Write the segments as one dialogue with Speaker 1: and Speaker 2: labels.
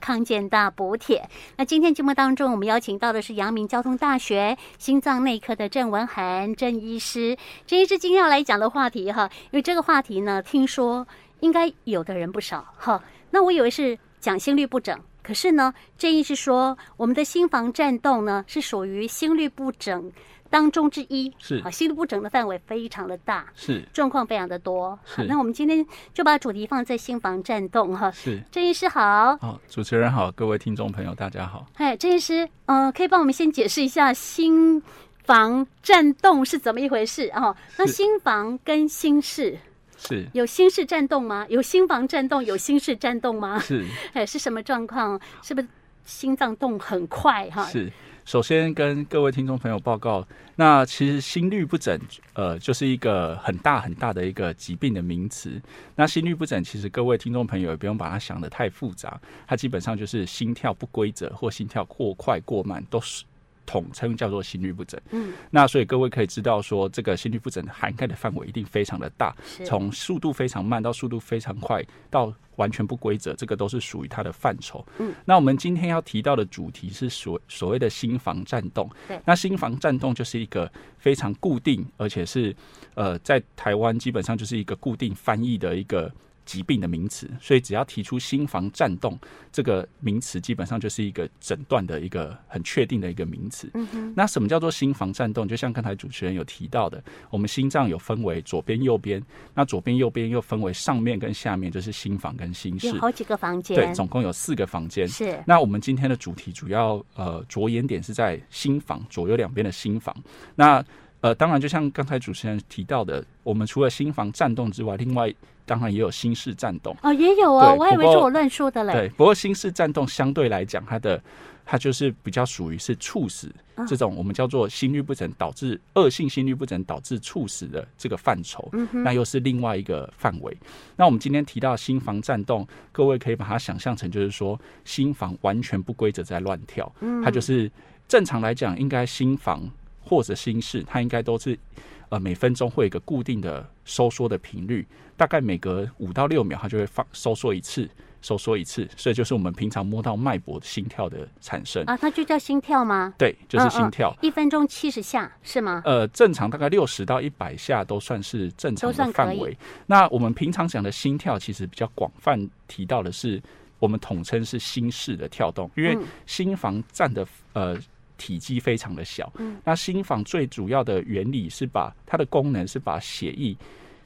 Speaker 1: 康健大补帖。那今天节目当中，我们邀请到的是阳明交通大学心脏内科的郑文涵郑医师。郑医师今天要来讲的话题哈，因为这个话题呢，听说应该有的人不少哈。那我以为是讲心律不整。可是呢，郑医师说，我们的心房颤动呢是属于心律不整当中之一，
Speaker 2: 是
Speaker 1: 啊，心律不整的范围非常的大，
Speaker 2: 是
Speaker 1: 状况非常的多。好
Speaker 2: 是
Speaker 1: 那我们今天就把主题放在心房颤动哈。
Speaker 2: 是。
Speaker 1: 郑医师好，
Speaker 2: 好，主持人好，各位听众朋友，大家好。
Speaker 1: 嗨，郑医师，呃，可以帮我们先解释一下心房颤动是怎么一回事哦？那
Speaker 2: 是
Speaker 1: 心房跟心室
Speaker 2: 是
Speaker 1: 有心室颤动吗？有心房颤动，有心室颤动吗？
Speaker 2: 是
Speaker 1: 哎，是什么状况？是不是心脏动很快哈？
Speaker 2: 是。首先跟各位听众朋友报告，那其实心律不整，呃，就是一个很大很大的一个疾病的名词。那心律不整，其实各位听众朋友也不用把它想得太复杂，它基本上就是心跳不规则或心跳过快过慢，都是统称叫做心律不整。
Speaker 1: 嗯，
Speaker 2: 那所以各位可以知道说，这个心律不整涵盖的范围一定非常的大。
Speaker 1: 是
Speaker 2: 从速度非常慢到速度非常快，到完全不规则，这个都是属于它的范畴。
Speaker 1: 嗯，
Speaker 2: 那我们今天要提到的主题是所所谓的心房颤动。
Speaker 1: 对
Speaker 2: 那心房颤动就是一个非常固定，而且是呃，在台湾基本上就是一个固定翻译的一个。疾病的名词，所以只要提出心房颤动这个名词，基本上就是一个诊断的一个很确定的一个名词。
Speaker 1: 嗯哼，
Speaker 2: 那什么叫做心房颤动？就像刚才主持人有提到的，我们心脏有分为左边、右边，那左边、右边又分为上面跟下面，就是心房跟心室
Speaker 1: 有。好几个房间，
Speaker 2: 对，总共有四个房间。
Speaker 1: 是
Speaker 2: 那我们今天的主题主要呃着眼点是在心房左右两边的心房。那呃，当然就像刚才主持人提到的，我们除了心房颤动之外，另外当然也有心室颤动。
Speaker 1: 哦，也有哦，
Speaker 2: 对
Speaker 1: 我还以
Speaker 2: 不
Speaker 1: 为是
Speaker 2: 过
Speaker 1: 我乱说的嘞。
Speaker 2: 对，不过心室颤动相对来讲，它的它就是比较属于是猝死、
Speaker 1: 嗯
Speaker 2: 这种，我们叫做心律不整导致恶性心律不整导致猝死的这个范畴，
Speaker 1: 嗯
Speaker 2: 那又是另外一个范围。那我们今天提到心房颤动，各位可以把它想象成就是说心房完全不规则在乱跳，
Speaker 1: 嗯
Speaker 2: 它就是正常来讲应该心房或者心室，它应该都是呃每分钟会有一个固定的收缩的频率，大概每隔五到六秒它就会放收缩一次，收缩一次，所以就是我们平常摸到脉搏心跳的产生，
Speaker 1: 啊，它就叫心跳吗？
Speaker 2: 对，就是心
Speaker 1: 嗯
Speaker 2: 跳。
Speaker 1: 一分钟七十下是吗？
Speaker 2: 呃，正常大概六十到一百下都算是正常
Speaker 1: 都算
Speaker 2: 的
Speaker 1: 可
Speaker 2: 范
Speaker 1: 以
Speaker 2: 围。那我们平常讲的心跳，其实比较广泛提到的是，我们统称是心室的跳动，因为
Speaker 1: 嗯
Speaker 2: 心房占的呃体积非常的小。
Speaker 1: 嗯
Speaker 2: 那心房最主要的原理是把它的功能是把血液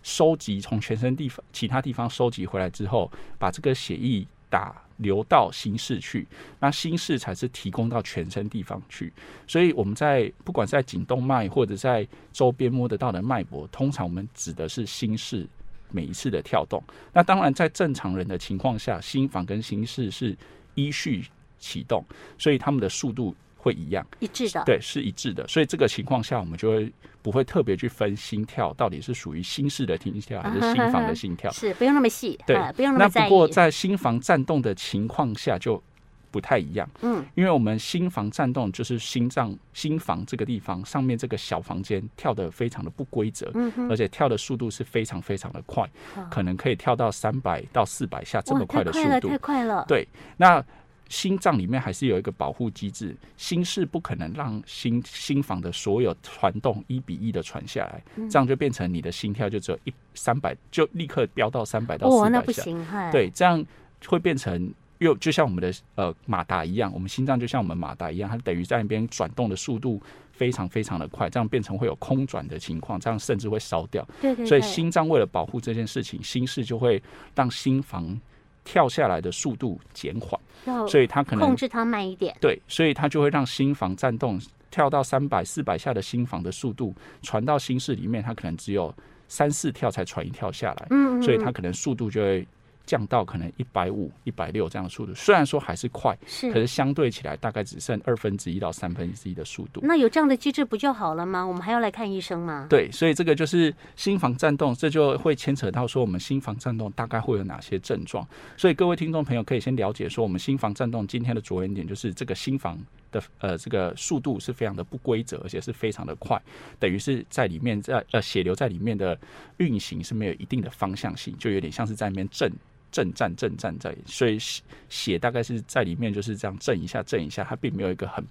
Speaker 2: 收集从全身地方其他地方收集回来之后，把这个血液打流到心室去，那心室才是提供到全身地方去。所以我们在不管在颈动脉或者在周边摸得到的脉搏，通常我们指的是心室每一次的跳动。那当然，在正常人的情况下，心房跟心室是依序启动，所以他们的速度会一样。
Speaker 1: 一致的。。
Speaker 2: 对，是一致的。所以这个情况下，我们就会不会特别去分心跳到底是属于心室的心跳还是心房的心跳
Speaker 1: 是不用那么细，
Speaker 2: 对
Speaker 1: 啊不用那
Speaker 2: 那
Speaker 1: 么
Speaker 2: 不
Speaker 1: 在意。
Speaker 2: 过在心房颤动的情况下就不太一样，
Speaker 1: 嗯，
Speaker 2: 因为我们心房颤动就是心脏心房这个地方上面这个小房间跳得非常的不规则，
Speaker 1: 嗯哼，
Speaker 2: 而且跳的速度是非常非常的快，
Speaker 1: 哦
Speaker 2: 可能可以跳到三百到四百下这
Speaker 1: 哇
Speaker 2: 么
Speaker 1: 太
Speaker 2: 快的
Speaker 1: 快
Speaker 2: 速
Speaker 1: 了，
Speaker 2: 度
Speaker 1: 太。快了。
Speaker 2: 对，那心脏里面还是有一个保护机制，心室不可能让心心房的所有传动一比一的传下来，
Speaker 1: 嗯
Speaker 2: 这样就变成你的心跳就只有一三百，就立刻飙到三百到
Speaker 1: 哇，
Speaker 2: 四
Speaker 1: 哦那
Speaker 2: 百
Speaker 1: 不
Speaker 2: 下。
Speaker 1: 行哈。，
Speaker 2: 对，这样会变成又就像我们的呃马达一样，我们心脏就像我们马达一样，它等于在那边转动的速度非常非常的快，这样变成会有空转的情况，这样甚至会烧掉。
Speaker 1: 对对
Speaker 2: 所以
Speaker 1: 嗯对
Speaker 2: 心脏为了保护这件事情，心室就会让心房跳下来的速度减缓，
Speaker 1: 要
Speaker 2: 所以它可
Speaker 1: 嗯
Speaker 2: 能
Speaker 1: 控制它慢一点。
Speaker 2: 对，所以它就会让心房颤动跳到三百、四百下的心房的速度传到心室里面，它可能只有三四跳才传一跳下来，
Speaker 1: 嗯，嗯
Speaker 2: 所以它
Speaker 1: 嗯
Speaker 2: 可能速度就会降到可能一百五、一百六这样的速度。虽然说还是快，可
Speaker 1: 是。
Speaker 2: 是相对起来大概只剩二分之一到三分之一的速度。
Speaker 1: 那有这样的机制不就好了吗？我们还要来看医生吗？
Speaker 2: 对，所以这个就是心房颤动，这就会牵扯到说我们心房颤动大概会有哪些症状。所以各位听众朋友可以先了解说，我们心房颤动今天的着眼点就是这个心房的呃这个速度是非常的不规则，而且是非常的快，等于是在里面在呃血流在里面的运行是没有一定的方向性，就有点像是在里面震。震颤、震颤在，所以血血大概是在里面就是这样震一下、震一下，它并没有一个很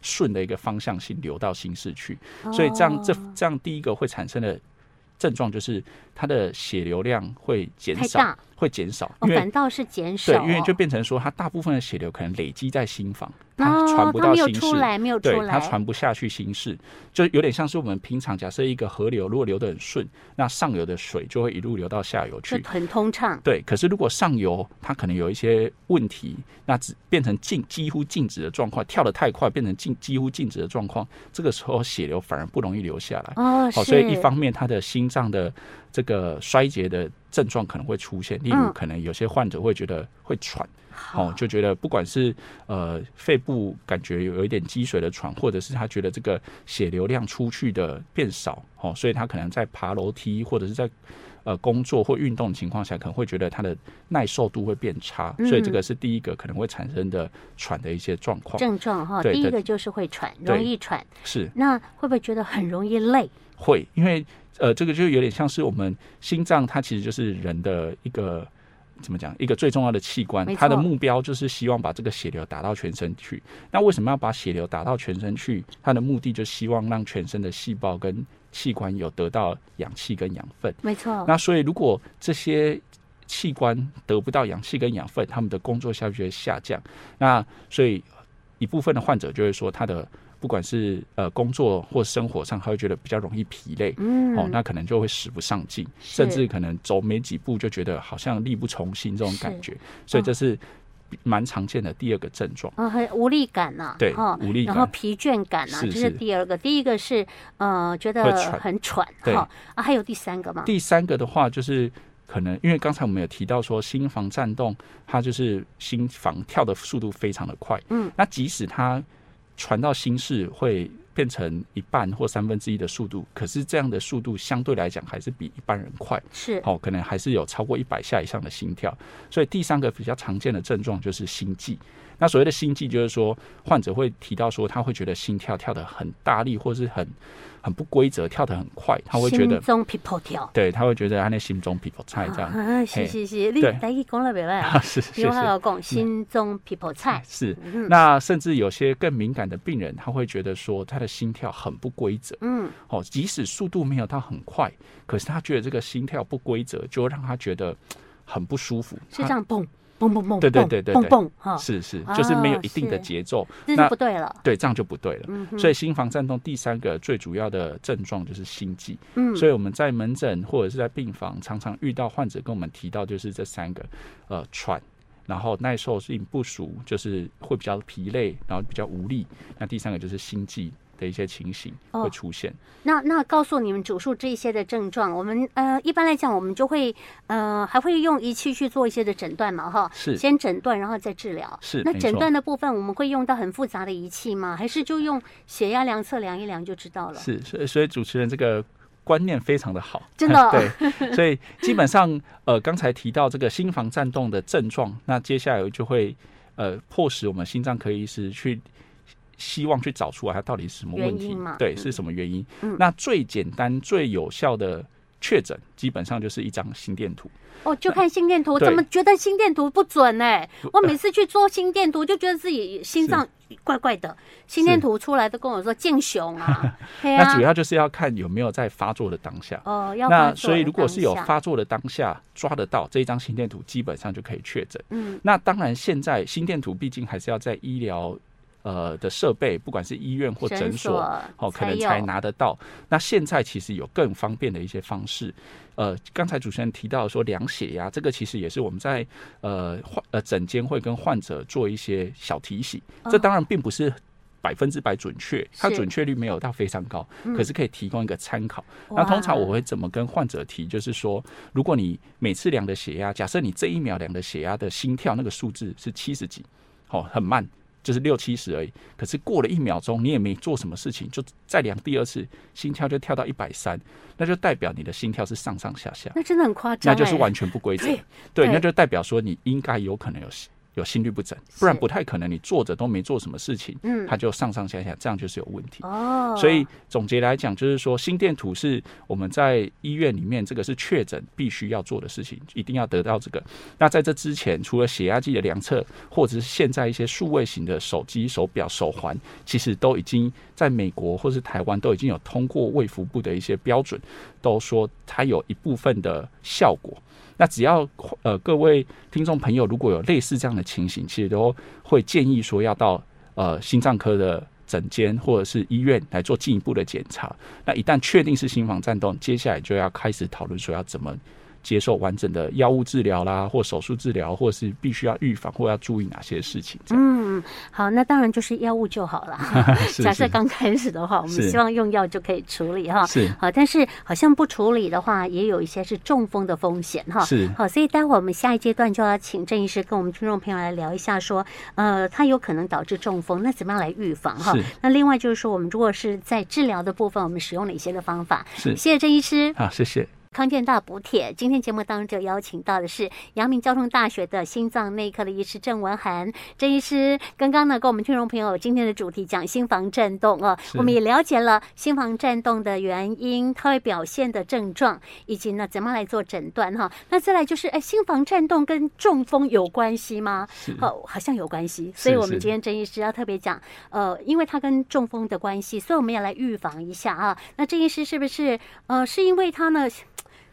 Speaker 2: 顺的一个方向性流到心室去，所以这样这
Speaker 1: 哦
Speaker 2: 这样第一个会产生的症状就是它的血流量会减
Speaker 1: 太
Speaker 2: 少
Speaker 1: 大，
Speaker 2: 会减少，
Speaker 1: 哦
Speaker 2: 因为
Speaker 1: 反倒是减少
Speaker 2: 对
Speaker 1: 哦，，
Speaker 2: 因为就变成说它大部分的血流可能累积在心房，它
Speaker 1: 哦
Speaker 2: 传不
Speaker 1: 它
Speaker 2: 到
Speaker 1: 没有
Speaker 2: 心室
Speaker 1: 出。来，没有出
Speaker 2: 对
Speaker 1: 来，
Speaker 2: 它传不下去心室，就有点像是我们平常假设一个河流，如果流得很顺，那上游的水就会一路流到下游去
Speaker 1: 就。很通畅，
Speaker 2: 对，可是如果上游它可能有一些问题，那只变成静几乎静止的状况，跳得太快变成静几乎静止的状况，这个时候血流反而不容易流下来。
Speaker 1: 哦，
Speaker 2: 好，
Speaker 1: 是，
Speaker 2: 所以一方面他的心脏的这个衰竭的症状可能会出现，例如
Speaker 1: 嗯
Speaker 2: 可能有些患者会觉得会喘，
Speaker 1: 好
Speaker 2: 哦，就觉得不管是呃肺部感觉有有一点积水的喘，或者是他觉得这个血流量出去的变少，哦，所以他可能在爬楼梯或者是在呃工作或运动的情况下，可能会觉得他的耐受度会变差，所以这
Speaker 1: 嗯
Speaker 2: 个是第一个可能会产生的喘的一些状况，
Speaker 1: 症状哈，
Speaker 2: 对
Speaker 1: 第一
Speaker 2: 对
Speaker 1: 个就是会喘，
Speaker 2: 对
Speaker 1: 容易喘，
Speaker 2: 是。
Speaker 1: 那会不会觉得很容易累？
Speaker 2: 会，因为呃，这个就有点像是我们心脏，它其实就是人的一个怎么讲，一个最重要的器官
Speaker 1: 没，错
Speaker 2: 它的目标就是希望把这个血流打到全身去。那为什么要把血流打到全身去？它的目的就希望让全身的细胞跟器官有得到氧气跟养分。
Speaker 1: 没错，
Speaker 2: 那所以如果这些器官得不到氧气跟养分，他们的工作效率就会下降。那所以一部分的患者就会说，他的不管是呃工作或生活上，他会觉得比较容易疲累。
Speaker 1: 嗯，
Speaker 2: 哦，那可能就会使不上劲，
Speaker 1: 是
Speaker 2: 甚至可能走没几步就觉得好像力不从心这种感觉，所以
Speaker 1: 嗯
Speaker 2: 这是蛮常见的第二个症状。
Speaker 1: 啊，很无力感呐、
Speaker 2: 对
Speaker 1: 哈
Speaker 2: 无力
Speaker 1: 然后
Speaker 2: 感
Speaker 1: 疲倦感呐、
Speaker 2: 是
Speaker 1: 这是
Speaker 2: 是
Speaker 1: 第二个。第一个是呃，觉得
Speaker 2: 会喘
Speaker 1: 很喘，
Speaker 2: 对
Speaker 1: 哈啊，还有第三个嘛，
Speaker 2: 第三个的话就是。可能因为刚才我们有提到说，心房颤动，它就是心房跳的速度非常的快。
Speaker 1: 嗯，
Speaker 2: 那即使它传到心室会变成一半或三分之一的速度，可是这样的速度相对来讲还是比一般人快。
Speaker 1: 是
Speaker 2: 哦，可能还是有超过一百下以上的心跳。所以第三个比较常见的症状就是心悸。那所谓的心悸，就是说患者会提到说，他会觉得心跳跳得很大力，或是很很不规则，跳得很快，他会觉
Speaker 1: 心
Speaker 2: 得，
Speaker 1: 中皮破跳，
Speaker 2: 对，他会觉得他那心中皮肤菜 这样。
Speaker 1: 啊，是
Speaker 2: 嘿
Speaker 1: 是是，你
Speaker 2: 对
Speaker 1: 台语讲了袂歹啊
Speaker 2: 啊，，是
Speaker 1: 比
Speaker 2: 谢
Speaker 1: 如还
Speaker 2: 谢。
Speaker 1: 有讲心中皮破菜，
Speaker 2: 是，
Speaker 1: 嗯
Speaker 2: 那甚至有些更敏感的病人，他会觉得说他的心跳很不规则，
Speaker 1: 嗯，
Speaker 2: 哦，即使速度没有到很快，可是他觉得这个心跳不规则，就会让他觉得很不舒服。
Speaker 1: 是
Speaker 2: 他
Speaker 1: 这样蹦蹦蹦蹦，
Speaker 2: 对对
Speaker 1: 蹦
Speaker 2: 对对
Speaker 1: 蹦
Speaker 2: 对
Speaker 1: 蹦哈，
Speaker 2: 是是，就是没有一定的
Speaker 1: 啊是
Speaker 2: 节奏，
Speaker 1: 这就
Speaker 2: 那
Speaker 1: 不对了，
Speaker 2: 对，这样就不对了。
Speaker 1: 嗯哼
Speaker 2: 所以心房颤动第三个最主要的症状就是心悸，
Speaker 1: 嗯
Speaker 2: 所以我们在门诊或者是在病房常常遇到患者跟我们提到就是这三个，呃，喘，然后耐受性不足，就是会比较疲累，然后比较无力。那第三个就是心悸的一些情形
Speaker 1: 哦
Speaker 2: 会出现。
Speaker 1: 那那告诉你们主述这一些的症状，我们呃一般来讲，我们就会呃还会用仪器去做一些的诊断嘛，哈，
Speaker 2: 是
Speaker 1: 先诊断，然后再治疗。
Speaker 2: 是
Speaker 1: 那
Speaker 2: 没
Speaker 1: 诊
Speaker 2: 错
Speaker 1: 断的部分，我们会用到很复杂的仪器吗？还是就用血压量测量一量就知道了？
Speaker 2: 是，所以所以主持人这个观念非常的好，
Speaker 1: 真的哦
Speaker 2: 对，所以基本上呃，刚才提到这个心房颤动的症状，那接下来就会呃，迫使我们心脏科医师去。希望去找出来它到底是什么问
Speaker 1: 原
Speaker 2: 题
Speaker 1: 因嘛，
Speaker 2: 对，
Speaker 1: 嗯
Speaker 2: 是什么原因？
Speaker 1: 嗯
Speaker 2: 那最简单、最有效的确诊，基本上就是一张心电图。
Speaker 1: 哦，就看心电图，
Speaker 2: 对呃
Speaker 1: 怎么觉得心电图不准呢、我每次去做心电图，就觉得自己心
Speaker 2: 是
Speaker 1: 脏怪怪的。心电图出来都跟我说敬雄 啊，对
Speaker 2: 那
Speaker 1: 啊
Speaker 2: 主，要就是要看有没有在发作的当下。
Speaker 1: 哦，要发
Speaker 2: 那
Speaker 1: 作
Speaker 2: 所以
Speaker 1: 的
Speaker 2: 如果
Speaker 1: 当
Speaker 2: 是有
Speaker 1: 下，
Speaker 2: 发作的当下抓得到这一张心电图，基本上就可以确诊。
Speaker 1: 嗯，
Speaker 2: 那当然，现在心电图毕竟还是要在医疗呃的设备，不管是医院或诊所，哦，可能
Speaker 1: 有
Speaker 2: 才拿得到。那现在其实有更方便的一些方式，呃，刚才主持人提到说量血压，这个其实也是我们在呃患呃诊间会跟患者做一些小提醒，这
Speaker 1: 哦
Speaker 2: 当然并不是。百分之百准确，它
Speaker 1: 是嗯
Speaker 2: 准确率没有到非常高，可是可以提供一个参考。
Speaker 1: 哇
Speaker 2: 那通常我会怎么跟患者提？就是说，如果你每次量的血压，假设你这一秒量的血压的心跳那个数字是七十几，好、很慢，就是六七十而已。可是过了一秒钟，你也没做什么事情，就再量第二次，心跳就跳到一百三，那就代表你的心跳是上上下下，
Speaker 1: 那真的很夸张、
Speaker 2: 那
Speaker 1: 欸，
Speaker 2: 就是完全不规则
Speaker 1: 对。
Speaker 2: 对，
Speaker 1: 对
Speaker 2: 那就代表说你应该有可能有有心律不整，
Speaker 1: 是
Speaker 2: 不然不太可能你坐着都没做什么事情，
Speaker 1: 嗯
Speaker 2: 它就上上下下，这样就是有问题。
Speaker 1: 哦，
Speaker 2: 所以总结来讲，就是说心电图是我们在医院里面这个是确诊必须要做的事情，一定要得到这个。那在这之前，除了血压计的量测，或者是现在一些数位型的手机、手表、手环，其实都已经在美国或是台湾都已经有通过卫福部的一些标准，都说它有一部分的效果。那只要呃各位听众朋友如果有类似这样的情形，其实都会建议说要到呃心脏科的诊间或者是医院来做进一步的检查。那一旦确定是心房颤动，接下来就要开始讨论说要怎么接受完整的药物治疗啦，或手术治疗，或是必须要预防或要注意哪些事情。这样、
Speaker 1: 嗯，好，那当然就是药物就好了。
Speaker 2: 是
Speaker 1: 假设
Speaker 2: 是
Speaker 1: 刚开始的话，我们
Speaker 2: 是
Speaker 1: 希望用药就可以处理哈。
Speaker 2: 是
Speaker 1: 好，但是好像不处理的话，也有一些是中风的风险哈。
Speaker 2: 是
Speaker 1: 好，所以待会儿我们下一阶段就要请郑医师跟我们听众朋友来聊一下说，呃，它有可能导致中风，那怎么样来预防哈
Speaker 2: 是？
Speaker 1: 那另外就是说，我们如果是在治疗的部分，我们使用哪些的方法？
Speaker 2: 是
Speaker 1: 谢谢郑医师。
Speaker 2: 好，谢谢。
Speaker 1: 康健大补帖。今天节目当中就邀请到的是阳明交通大学的心脏内科的医师郑文涵郑医师。刚刚呢，跟我们听众朋友今天的主题讲心房颤动哦，
Speaker 2: 是
Speaker 1: 我们也了解了心房颤动的原因，它会表现的症状，以及呢怎么来做诊断哈、那再来就是，哎，心房颤动跟中风有关系吗？哦，好像有关系。所以
Speaker 2: 是
Speaker 1: 我们
Speaker 2: 是
Speaker 1: 今天郑医师要特别讲，呃，因为它跟中风的关系，所以我们要来预防一下啊。那郑医师是不是呃，是因为他呢？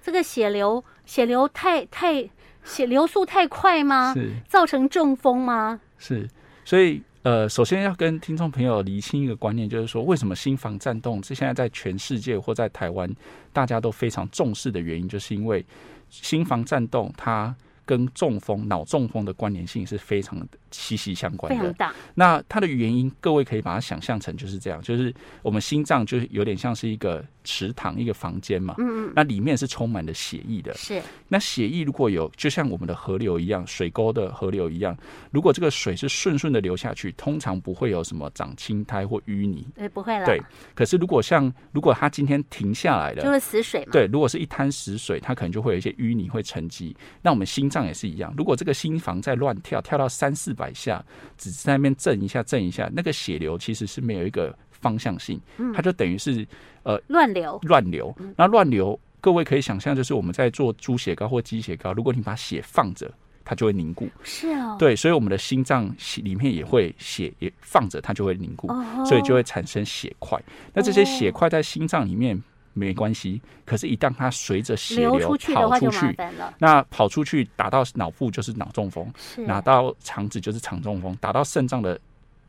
Speaker 1: 这个血流血流太太血流速太快吗？
Speaker 2: 是
Speaker 1: 造成中风吗？
Speaker 2: 是，所以呃，首先要跟听众朋友厘清一个观念，就是说为什么心房颤动这现在在全世界或在台湾大家都非常重视的原因，就是因为心房颤动它。跟中风、脑中风的关联性是非常的息息相关
Speaker 1: 非
Speaker 2: 的
Speaker 1: 常。大，
Speaker 2: 那它的原因，各位可以把它想象成就是这样，就是我们心脏就是有点像是一个池塘、一个房间嘛，嗯嗯，那里面是充满了血液的。
Speaker 1: 是
Speaker 2: 那血液如果有，就像我们的河流一样，水沟的河流一样，如果这个水是顺顺的流下去，通常不会有什么长青苔或淤泥。
Speaker 1: 呃不会了，
Speaker 2: 对，可是如果像如果它今天停下来
Speaker 1: 就
Speaker 2: 了。
Speaker 1: 是死水嘛，
Speaker 2: 对，如果是一滩死水，它可能就会有一些淤泥会沉积。那我们心脏也是一样，如果这个心房在乱跳，跳到三四百下，只是在那边震一下震一下，那个血流其实是没有一个方向性，它就等于是
Speaker 1: 乱流，
Speaker 2: 乱流。
Speaker 1: 嗯
Speaker 2: 那乱流，各位可以想象，就是我们在做猪血糕或鸡血糕，如果你把血放着，它就会凝固。
Speaker 1: 是哦，
Speaker 2: 对，所以我们的心脏血里面也会血也放着，它就会凝固，
Speaker 1: 哦
Speaker 2: 所以就会产生血块。那这些血块在心脏里面没关系，可是，一旦它随着血
Speaker 1: 流
Speaker 2: 流
Speaker 1: 出去的话
Speaker 2: 跑
Speaker 1: 就
Speaker 2: 出
Speaker 1: 麻
Speaker 2: 去，
Speaker 1: 烦了，
Speaker 2: 那跑出去打到脑部就是脑中风，
Speaker 1: 是
Speaker 2: 打到肠子就是肠中风，打到肾脏的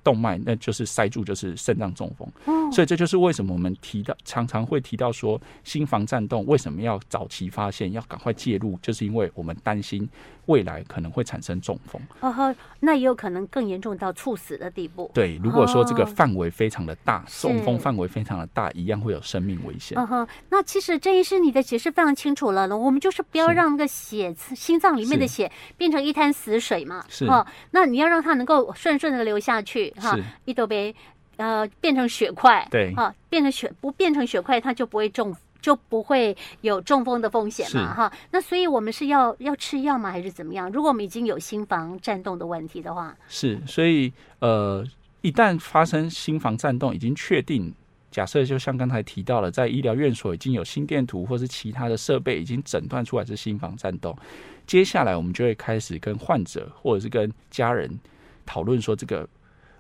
Speaker 2: 动脉那就是塞住，就是肾脏中风。
Speaker 1: 哦
Speaker 2: 所以这就是为什么我们提到常常会提到说心房颤动为什么要早期发现，要赶快介入，就是因为我们担心未来可能会产生中风。
Speaker 1: 哦吼，那也有可能更严重到猝死的地步，
Speaker 2: 对，如果说这个
Speaker 1: 哦
Speaker 2: 范围非常的大，中风
Speaker 1: 是
Speaker 2: 范围非常的大，一样会有生命危险。
Speaker 1: 嗯哼，那其实郑医师你的解释非常清楚了，我们就是不要
Speaker 2: 是
Speaker 1: 让那个血心脏里面的血变成一滩死水嘛，
Speaker 2: 是
Speaker 1: 哦，那你要让它能够顺顺的流下去哈
Speaker 2: 是，
Speaker 1: 一朵杯呃变成血块，
Speaker 2: 对
Speaker 1: 哈、变成血不变成血块，它就不会中。就不会有中风的风险嘛，
Speaker 2: 是
Speaker 1: 哈。那所以我们是要要吃药吗，还是怎么样？如果我们已经有心房颤动的问题的话，
Speaker 2: 是，所以呃，一旦发生心房颤动，已经确定，假设就像刚才提到了，在医疗院所已经有心电图或是其他的设备已经诊断出来是心房颤动，接下来我们就会开始跟患者或者是跟家人讨论说这个。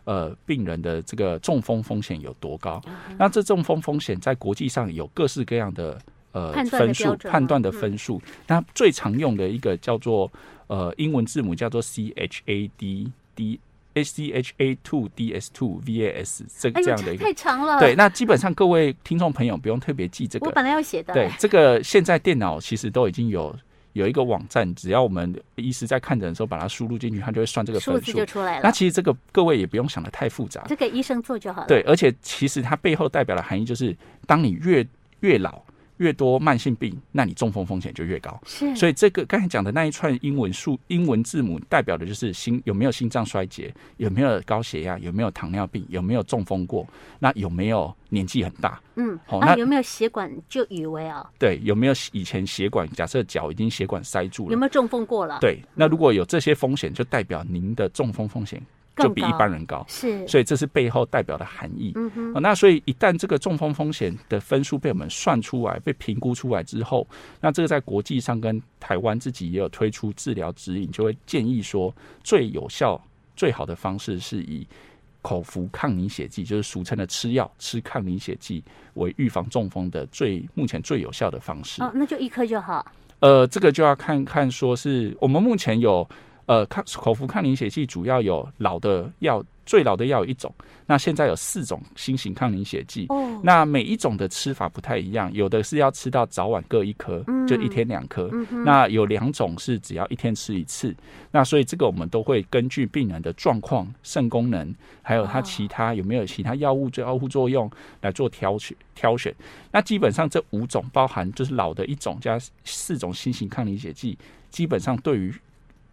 Speaker 2: 呃，病人的这个中风风险有多高？
Speaker 1: 嗯
Speaker 2: 那这中风风险在国际上有各式各样的呃
Speaker 1: 判断的标
Speaker 2: 分数
Speaker 1: 准
Speaker 2: 判
Speaker 1: 吗
Speaker 2: 断的
Speaker 1: 嗯
Speaker 2: 分数。那最常用的一个叫做呃英文字母叫做 C H A D D C H A two D S two V A S 这
Speaker 1: 哎
Speaker 2: 这
Speaker 1: 呦，
Speaker 2: 样的
Speaker 1: 这
Speaker 2: 一个
Speaker 1: 太长了。
Speaker 2: 对。那基本上各位听众朋友不用特别记这
Speaker 1: 我
Speaker 2: 个，
Speaker 1: 本来要写的。
Speaker 2: 对，这个现在电脑其实都已经有。有一个网站，只要我们医师在看诊的时候把它输入进去，它就会算这个
Speaker 1: 数
Speaker 2: 分
Speaker 1: 字
Speaker 2: 数
Speaker 1: 就。出来
Speaker 2: 那
Speaker 1: 了，
Speaker 2: 其实这个各位也不用想的太复杂，
Speaker 1: 这个医生做就好了。
Speaker 2: 对，而且其实它背后代表的含义就是，当你越越老，越多慢性病，那你中风风险就越高。
Speaker 1: 是，
Speaker 2: 所以这个刚才讲的那一串英文数英文字母代表的就是心有没有心脏衰竭，有没有高血压，有没有糖尿病，有没有中风过，那有没有年纪很大，
Speaker 1: 嗯，
Speaker 2: 好
Speaker 1: 啊，
Speaker 2: 那
Speaker 1: 有没有血管就以为哦，
Speaker 2: 对，有没有以前血管假设脚已经血管塞住
Speaker 1: 有
Speaker 2: 了，
Speaker 1: 没有中风过了？，
Speaker 2: 对，那如果有这些风险，就代表您的中风风险就
Speaker 1: 更
Speaker 2: 比
Speaker 1: 高
Speaker 2: 一般人高。
Speaker 1: 是，
Speaker 2: 所以这是背后代表的含义。
Speaker 1: 嗯哼，
Speaker 2: 哦，那所以一旦这个中风风险的分数被我们算出来、被评估出来之后，那这个在国际上跟台湾自己也有推出治疗指引，就会建议说最有效、最好的方式是以口服抗凝血剂，就是俗称的吃药、吃抗凝血剂为预防中风的最目前最有效的方式。
Speaker 1: 哦，那就一颗就好，
Speaker 2: 呃，这个就要看看说是我们目前有呃抗口服抗凝血剂，主要有老的药，最老的药有一种，那现在有四种新型抗凝血剂。
Speaker 1: 哦，
Speaker 2: 那每一种的吃法不太一样，有的是要吃到早晚各一颗，就一天两颗。那有两种是只要一天吃一次。那所以这个我们都会根据病人的状况、肾功能，还有他其他有没有其他药物药物作用来做挑选挑选。那基本上这五种包含就是老的一种加四种新型抗凝血剂，基本上对于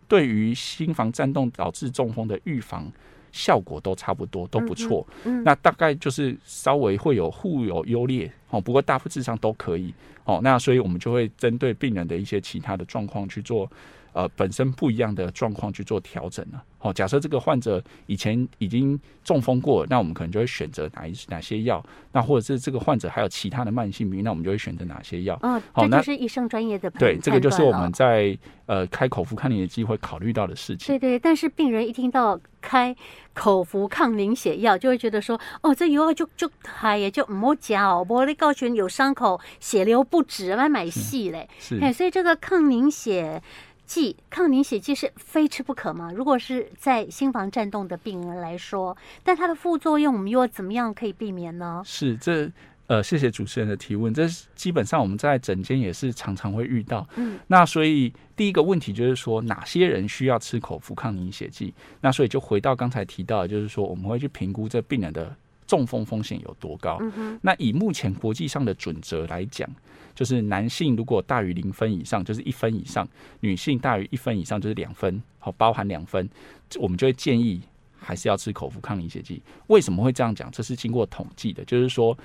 Speaker 2: 对于心房颤动导致中风的预防效果都差不多，都不错。
Speaker 1: 嗯
Speaker 2: 那大概就是稍微会有互有优劣哦，不过大致上都可以哦。那所以我们就会针对病人的一些其他的状况去做。呃，本身不一样的状况去做调整了。哦，假设这个患者以前已经中风过，那我们可能就会选择哪一哪些药。那或者是这个患者还有其他的慢性病，那我们就会选择哪些药。
Speaker 1: 哦，这
Speaker 2: 好
Speaker 1: 就
Speaker 2: 那
Speaker 1: 是医生专业的判
Speaker 2: 对，这个就是
Speaker 1: 判
Speaker 2: 我
Speaker 1: 断哦
Speaker 2: 们
Speaker 1: 了
Speaker 2: 在呃开口服抗凝的机会考虑到的事情。
Speaker 1: 对对，但是病人一听到开口服抗凝血药，就会觉得说，哦，这药就就开耶，就唔好加哦，不然你告诉你有伤口，血流不止，买买细嘞。
Speaker 2: 是
Speaker 1: 哎，所以这个抗凝血剂，抗凝血剂是非吃不可吗？如果是在心房颤动的病人来说，但它的副作用，我们又怎么样可以避免呢？
Speaker 2: 是这呃，谢谢主持人的提问。这是基本上我们在诊间也是常常会遇到。
Speaker 1: 嗯，
Speaker 2: 那所以第一个问题就是说，哪些人需要吃口服抗凝血剂？那所以就回到刚才提到的，就是说我们会去评估这病人的中风风险有多高。
Speaker 1: 嗯哼，
Speaker 2: 那以目前国际上的准则来讲，就是男性如果大于零分以上，就是一分以上；女性大于一分以上，就是两分，好，包含两分，这我们就会建议还是要吃口服抗凝血剂。为什么会这样讲？这是经过统计的，就是说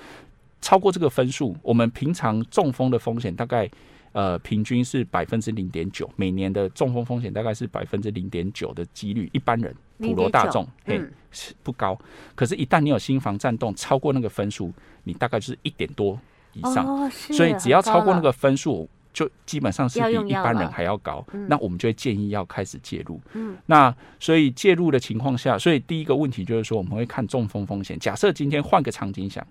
Speaker 2: 超过这个分数，我们平常中风的风险大概。呃，平均是百分之零点九，每年的中风风险大概是百分之零点九的几率，一般人普罗大众，嘿，
Speaker 1: 嗯，
Speaker 2: 是不高，可是，一旦你有心房颤动超过那个分数，你大概就是一点多以上，
Speaker 1: 哦，是，
Speaker 2: 所以只要
Speaker 1: 很高
Speaker 2: 超过那
Speaker 1: 了
Speaker 2: 个分数，就基本上是
Speaker 1: 要
Speaker 2: 比
Speaker 1: 用
Speaker 2: 一
Speaker 1: 药
Speaker 2: 般人
Speaker 1: 了
Speaker 2: 还要高。
Speaker 1: 嗯
Speaker 2: 那我们就会建议要开始介入。
Speaker 1: 嗯，
Speaker 2: 那所以介入的情况下，所以第一个问题就是说，我们会看中风风险。假设今天换个场景想，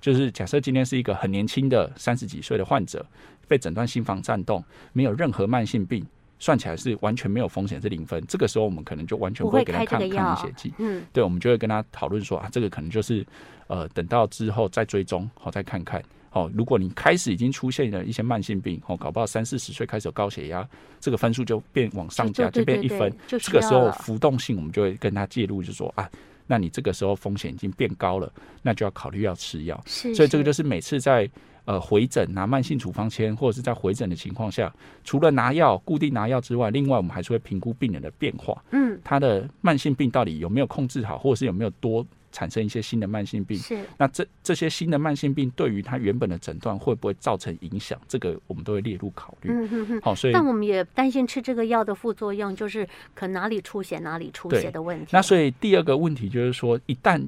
Speaker 2: 就是假设今天是一个很年轻的三十几岁的患者，被诊断心房颤动，没有任何慢性病。算起来是完全没有风险，是零分。这个时候我们可能就完全
Speaker 1: 不
Speaker 2: 不会
Speaker 1: 会
Speaker 2: 给他
Speaker 1: 开这
Speaker 2: 抗
Speaker 1: 个
Speaker 2: 抗凝
Speaker 1: 药
Speaker 2: 血剂。，
Speaker 1: 嗯，
Speaker 2: 对，我们就会跟他讨论说啊，这个可能就是呃，等到之后再追踪，好、再看看。好、如果你开始已经出现了一些慢性病，哦，搞不好三四十岁开始有高血压，这个分数就变往上加，
Speaker 1: 对
Speaker 2: 就
Speaker 1: 对
Speaker 2: 变一
Speaker 1: 对
Speaker 2: 分。
Speaker 1: 就
Speaker 2: 这
Speaker 1: 需
Speaker 2: 个
Speaker 1: 要
Speaker 2: 时候
Speaker 1: 了
Speaker 2: 浮动性，我们就会跟他介入，就说啊，那你这个时候风险已经变高了，那就要考虑要吃药。
Speaker 1: 是，
Speaker 2: 所以这
Speaker 1: 是
Speaker 2: 个就是每次在呃回诊拿慢性处方签或者是在回诊的情况下，除了拿药固定拿药之外，另外我们还是会评估病人的变化。
Speaker 1: 嗯，
Speaker 2: 他的慢性病到底有没有控制好，或者是有没有多产生一些新的慢性病？
Speaker 1: 是。
Speaker 2: 那这这些新的慢性病对于他原本的诊断会不会造成影响？这个我们都会列入考虑。
Speaker 1: 嗯哼哼，
Speaker 2: 好、所以
Speaker 1: 但我们也担心吃这个药的副作用，就是可能哪里出血哪里出
Speaker 2: 对
Speaker 1: 血的问题。
Speaker 2: 那所以第二个问题就是说，一旦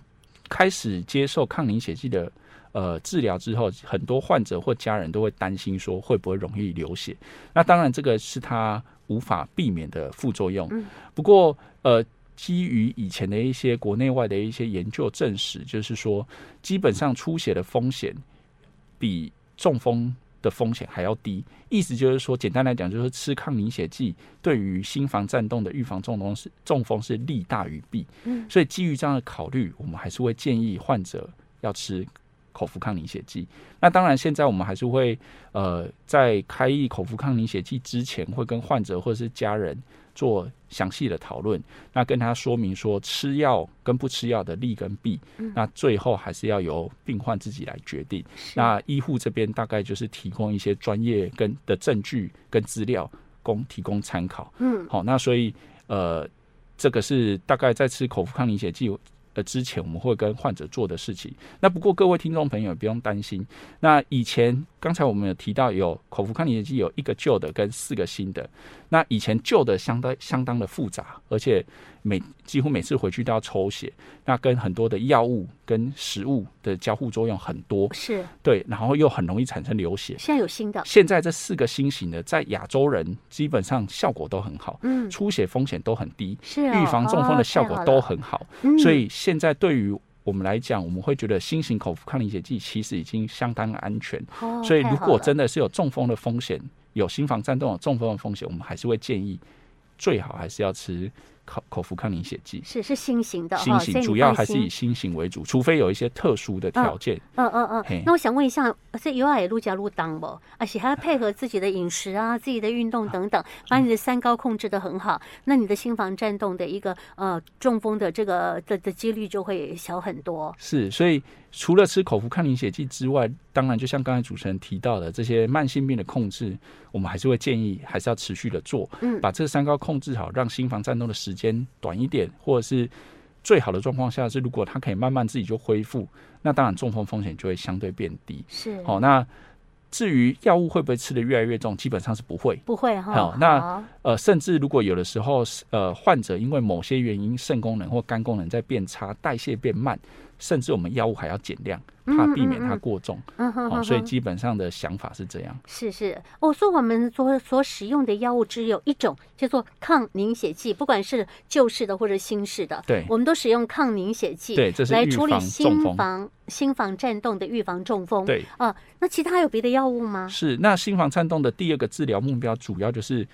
Speaker 2: 开始接受抗凝血剂的呃治疗之后，很多患者或家人都会担心说会不会容易流血。那当然，这个是他无法避免的副作用。
Speaker 1: 嗯
Speaker 2: 不过，呃。基于以前的一些国内外的一些研究证实，就是说，基本上出血的风险比中风的风险还要低。意思就是说，简单来讲，就是吃抗凝血剂对于心房颤动的预防中风是中风是利大于弊。
Speaker 1: 嗯
Speaker 2: 所以基于这样的考虑，我们还是会建议患者要吃口服抗凝血剂。那当然，现在我们还是会呃，在开立口服抗凝血剂之前，会跟患者或是家人。做详细的讨论，那跟他说明说吃药跟不吃药的利跟弊，那最后还是要由病患自己来决定。那医护这边大概就是提供一些专业跟的证据跟资料，供提供参考。
Speaker 1: 嗯，
Speaker 2: 好，那所以呃，这个是大概在吃口服抗凝血剂呃之前，我们会跟患者做的事情。那不过各位听众朋友也不用担心，那以呃前刚才我们有提到有口服抗凝血剂有一个旧的跟四个新的，那以前旧的相当相当的复杂，而且每几乎每次回去都要抽血，那跟很多的药物跟食物的交互作用很多，
Speaker 1: 是
Speaker 2: 对，然后又很容易产生流血。
Speaker 1: 现在有新的，
Speaker 2: 现在这四个新型的，在亚洲人基本上效果都很好，
Speaker 1: 嗯，
Speaker 2: 出血风险都很低，
Speaker 1: 是哦
Speaker 2: 预防中风的效果都，很好。所
Speaker 1: 以
Speaker 2: 以现在对于我们来讲，我们会觉得新型口服抗凝血剂其实已经相当安全。
Speaker 1: 哦
Speaker 2: 所以如果真的是有中风的风险，有心房颤动、有中风的风险，我们还是会建议最好还是要吃口口服抗凝血剂。
Speaker 1: 是是新型的，
Speaker 2: 新
Speaker 1: 哈所
Speaker 2: 型
Speaker 1: 以你
Speaker 2: 主要
Speaker 1: 放
Speaker 2: 还是
Speaker 1: 心
Speaker 2: 以新型为主，除非有一些特殊的条件。
Speaker 1: 嗯嗯嗯
Speaker 2: 嘿，
Speaker 1: 那我想问一下，呃这有也路加路当不？而且还要配合自己的饮食啊、自己的运动等等，把
Speaker 2: 嗯
Speaker 1: 你的三高控制的很好，那你的心房颤动的一个呃中风的这个的的几率就会小很多。
Speaker 2: 是，所以除了吃口服抗凝血剂之外，当然就像刚才主持人提到的，这些慢性病的控制，我们还是会建议还是要持续的做，
Speaker 1: 嗯
Speaker 2: 把这三高控制好，让心房颤动的时间短一点，或者是最好的状况下是，如果它可以慢慢自己就恢复，那当然中风风险就会相对变低。
Speaker 1: 是，
Speaker 2: 好、那至于药物会不会吃的越来越重，基本上是不会。
Speaker 1: 不会哈。
Speaker 2: 好那呃，甚至如果有的时候，呃，患者因为某些原因，肾功能或肝功能在变差，代谢变慢，甚至我们药物还要减量，怕避免它过重。
Speaker 1: 嗯哼
Speaker 2: 哦，
Speaker 1: 哼
Speaker 2: 所以
Speaker 1: 哼，
Speaker 2: 基本上的想法是这样。
Speaker 1: 是是，我、哦、说我们所所使用的药物只有一种，叫做抗凝血剂，不管是旧式的或者新式的，
Speaker 2: 对
Speaker 1: 我们都使用抗凝血剂，
Speaker 2: 对这是
Speaker 1: 来
Speaker 2: 预
Speaker 1: 处理
Speaker 2: 防中
Speaker 1: 心
Speaker 2: 风
Speaker 1: 房心房颤动的预防中风。
Speaker 2: 对，
Speaker 1: 啊，那其他有别的药物吗？
Speaker 2: 是。那心房颤动的第二个治疗目标，主要就是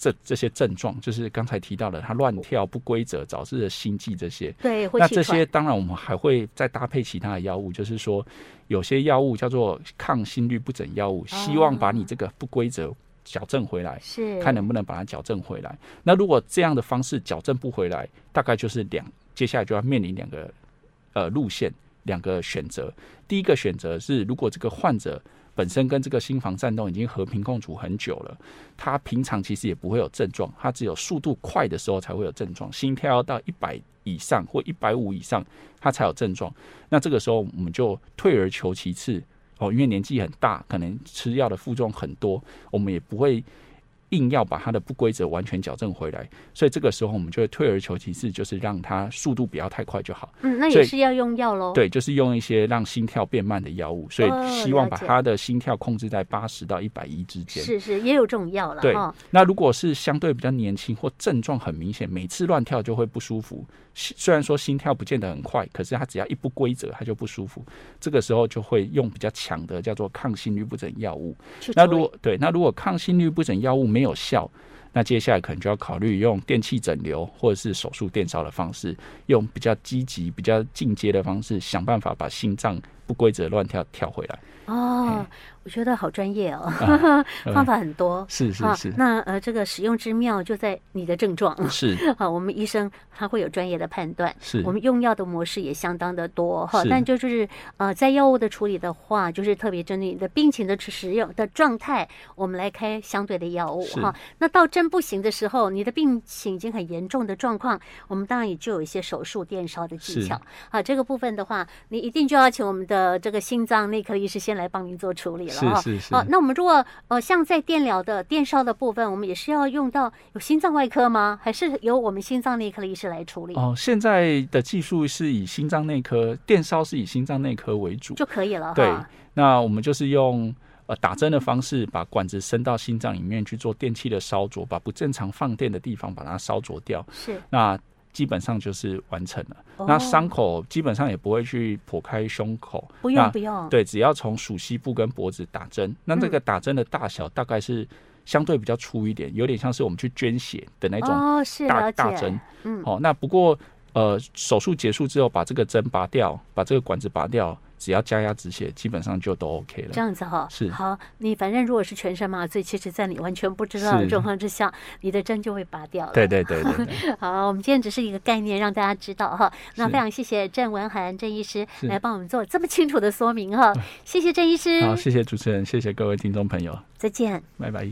Speaker 2: 这这些症状，就是刚才提到的，它乱跳、不规则导致的心悸这些。
Speaker 1: 对，会
Speaker 2: 那
Speaker 1: 气
Speaker 2: 这
Speaker 1: 喘
Speaker 2: 些当然我们还会再搭配其他的药物，就是说有些药物叫做抗心律不整药物，希望把你这个不规则矫正回来。
Speaker 1: 是
Speaker 2: 看能不能把它矫正回来。那如果这样的方式矫正不回来，大概就是两，接下来就要面临两个呃路线，两个选择。第一个选择是，如果这个患者本身跟这个心房颤动已经和平共处很久了，他平常其实也不会有症状，他只有速度快的时候才会有症状，心跳要到一百以上或一百五以上，他才有症状。那这个时候我们就退而求其次。哦，因为年纪很大，可能吃药的负重很多，我们也不会硬要把它的不规则完全矫正回来，所以这个时候我们就会退而求其次，就是让它速度不要太快就好。
Speaker 1: 嗯，那
Speaker 2: 所
Speaker 1: 也
Speaker 2: 以
Speaker 1: 是要用药喽。，
Speaker 2: 对，就是用一些让心跳变慢的药物，所
Speaker 1: 哦
Speaker 2: 以希望把
Speaker 1: 了解
Speaker 2: 它的心跳控制在八十到一百一之间。
Speaker 1: 是是，也有这种药了
Speaker 2: 对
Speaker 1: 哈。，
Speaker 2: 那如果是相对比较年轻或症状很明显，每次乱跳就会不舒服。虽虽然说心跳不见得很快，可是它只要一不规则，它就不舒服。这个时候就会用比较强的叫做抗心律不整药物。
Speaker 1: 去
Speaker 2: 那
Speaker 1: 处
Speaker 2: 如
Speaker 1: 理哦
Speaker 2: 果对，那如果抗心律不整药物没有效，那接下来可能就要考虑用电气整流或者是手术电烧的方式，用比较积极、比较进阶的方式，想办法把心脏不规则乱跳跳回来。嗯
Speaker 1: 哦，我觉得好专业哦， 方法很多。
Speaker 2: 啊嗯是是
Speaker 1: 啊
Speaker 2: 是
Speaker 1: 那呃，这个使用之妙就在你的症状。
Speaker 2: 是
Speaker 1: 好， 我们医生他会有专业的判断。
Speaker 2: 是
Speaker 1: 我们用药的模式也相当的多哈，
Speaker 2: 是
Speaker 1: 但就就是呃，在药物的处理的话，就是特别针对你的病情的使用的状态，我们来开相对的药物
Speaker 2: 是
Speaker 1: 哈。那到真不行的时候，你的病情已经很严重的状况，我们当然也就有一些手术电烧的技
Speaker 2: 是
Speaker 1: 巧啊。这个部分的话，你一定就要请我们的这个心脏内科医师先来帮您做处理了
Speaker 2: 是
Speaker 1: 哈。
Speaker 2: 是是
Speaker 1: 哦，那我们如果呃，像在电疗的电烧的部分，我们也是要用到有心脏外科吗？还是由我们心脏内科的医师来处理、
Speaker 2: 哦，现在的技术是以心脏内科电烧是以心脏内科为主，
Speaker 1: 就可以了？
Speaker 2: 对
Speaker 1: 哈，
Speaker 2: 那我们就是用呃打针的方式，把管子伸到心脏里面去做电气的烧灼，把不正常放电的地方把它烧灼掉。
Speaker 1: 是
Speaker 2: 那基本上就是完成了。
Speaker 1: 哦
Speaker 2: 那伤口基本上也不会去剖开胸口，
Speaker 1: 不用
Speaker 2: 那
Speaker 1: 不用，
Speaker 2: 对，只要从属膝部跟脖子打针。那这个打针的大小大概是相对比较粗一点，有点像是我们去捐血的那种
Speaker 1: 哦，是
Speaker 2: 大
Speaker 1: 了
Speaker 2: 大针
Speaker 1: 解，。嗯，
Speaker 2: 哦，那不过呃，手术结束之后把这个针拔掉，把这个管子拔掉，只要加压止血，基本上就都 OK
Speaker 1: 这
Speaker 2: 了。
Speaker 1: 样子哈、
Speaker 2: 是
Speaker 1: 好，你反正如果是全身麻醉，其实在你完全不知道的
Speaker 2: 是
Speaker 1: 状况之下，你的针就会拔掉了。
Speaker 2: 对对对对对，
Speaker 1: 好，我们今天只是一个概念，让大家知道哈。那
Speaker 2: 是
Speaker 1: 非常谢谢郑文涵郑医师
Speaker 2: 是嗯
Speaker 1: 来帮我们做这么清楚的说明哈，谢谢郑医师，
Speaker 2: 好，谢谢主持人，谢谢各位听众朋友，
Speaker 1: 再见。
Speaker 2: 拜拜。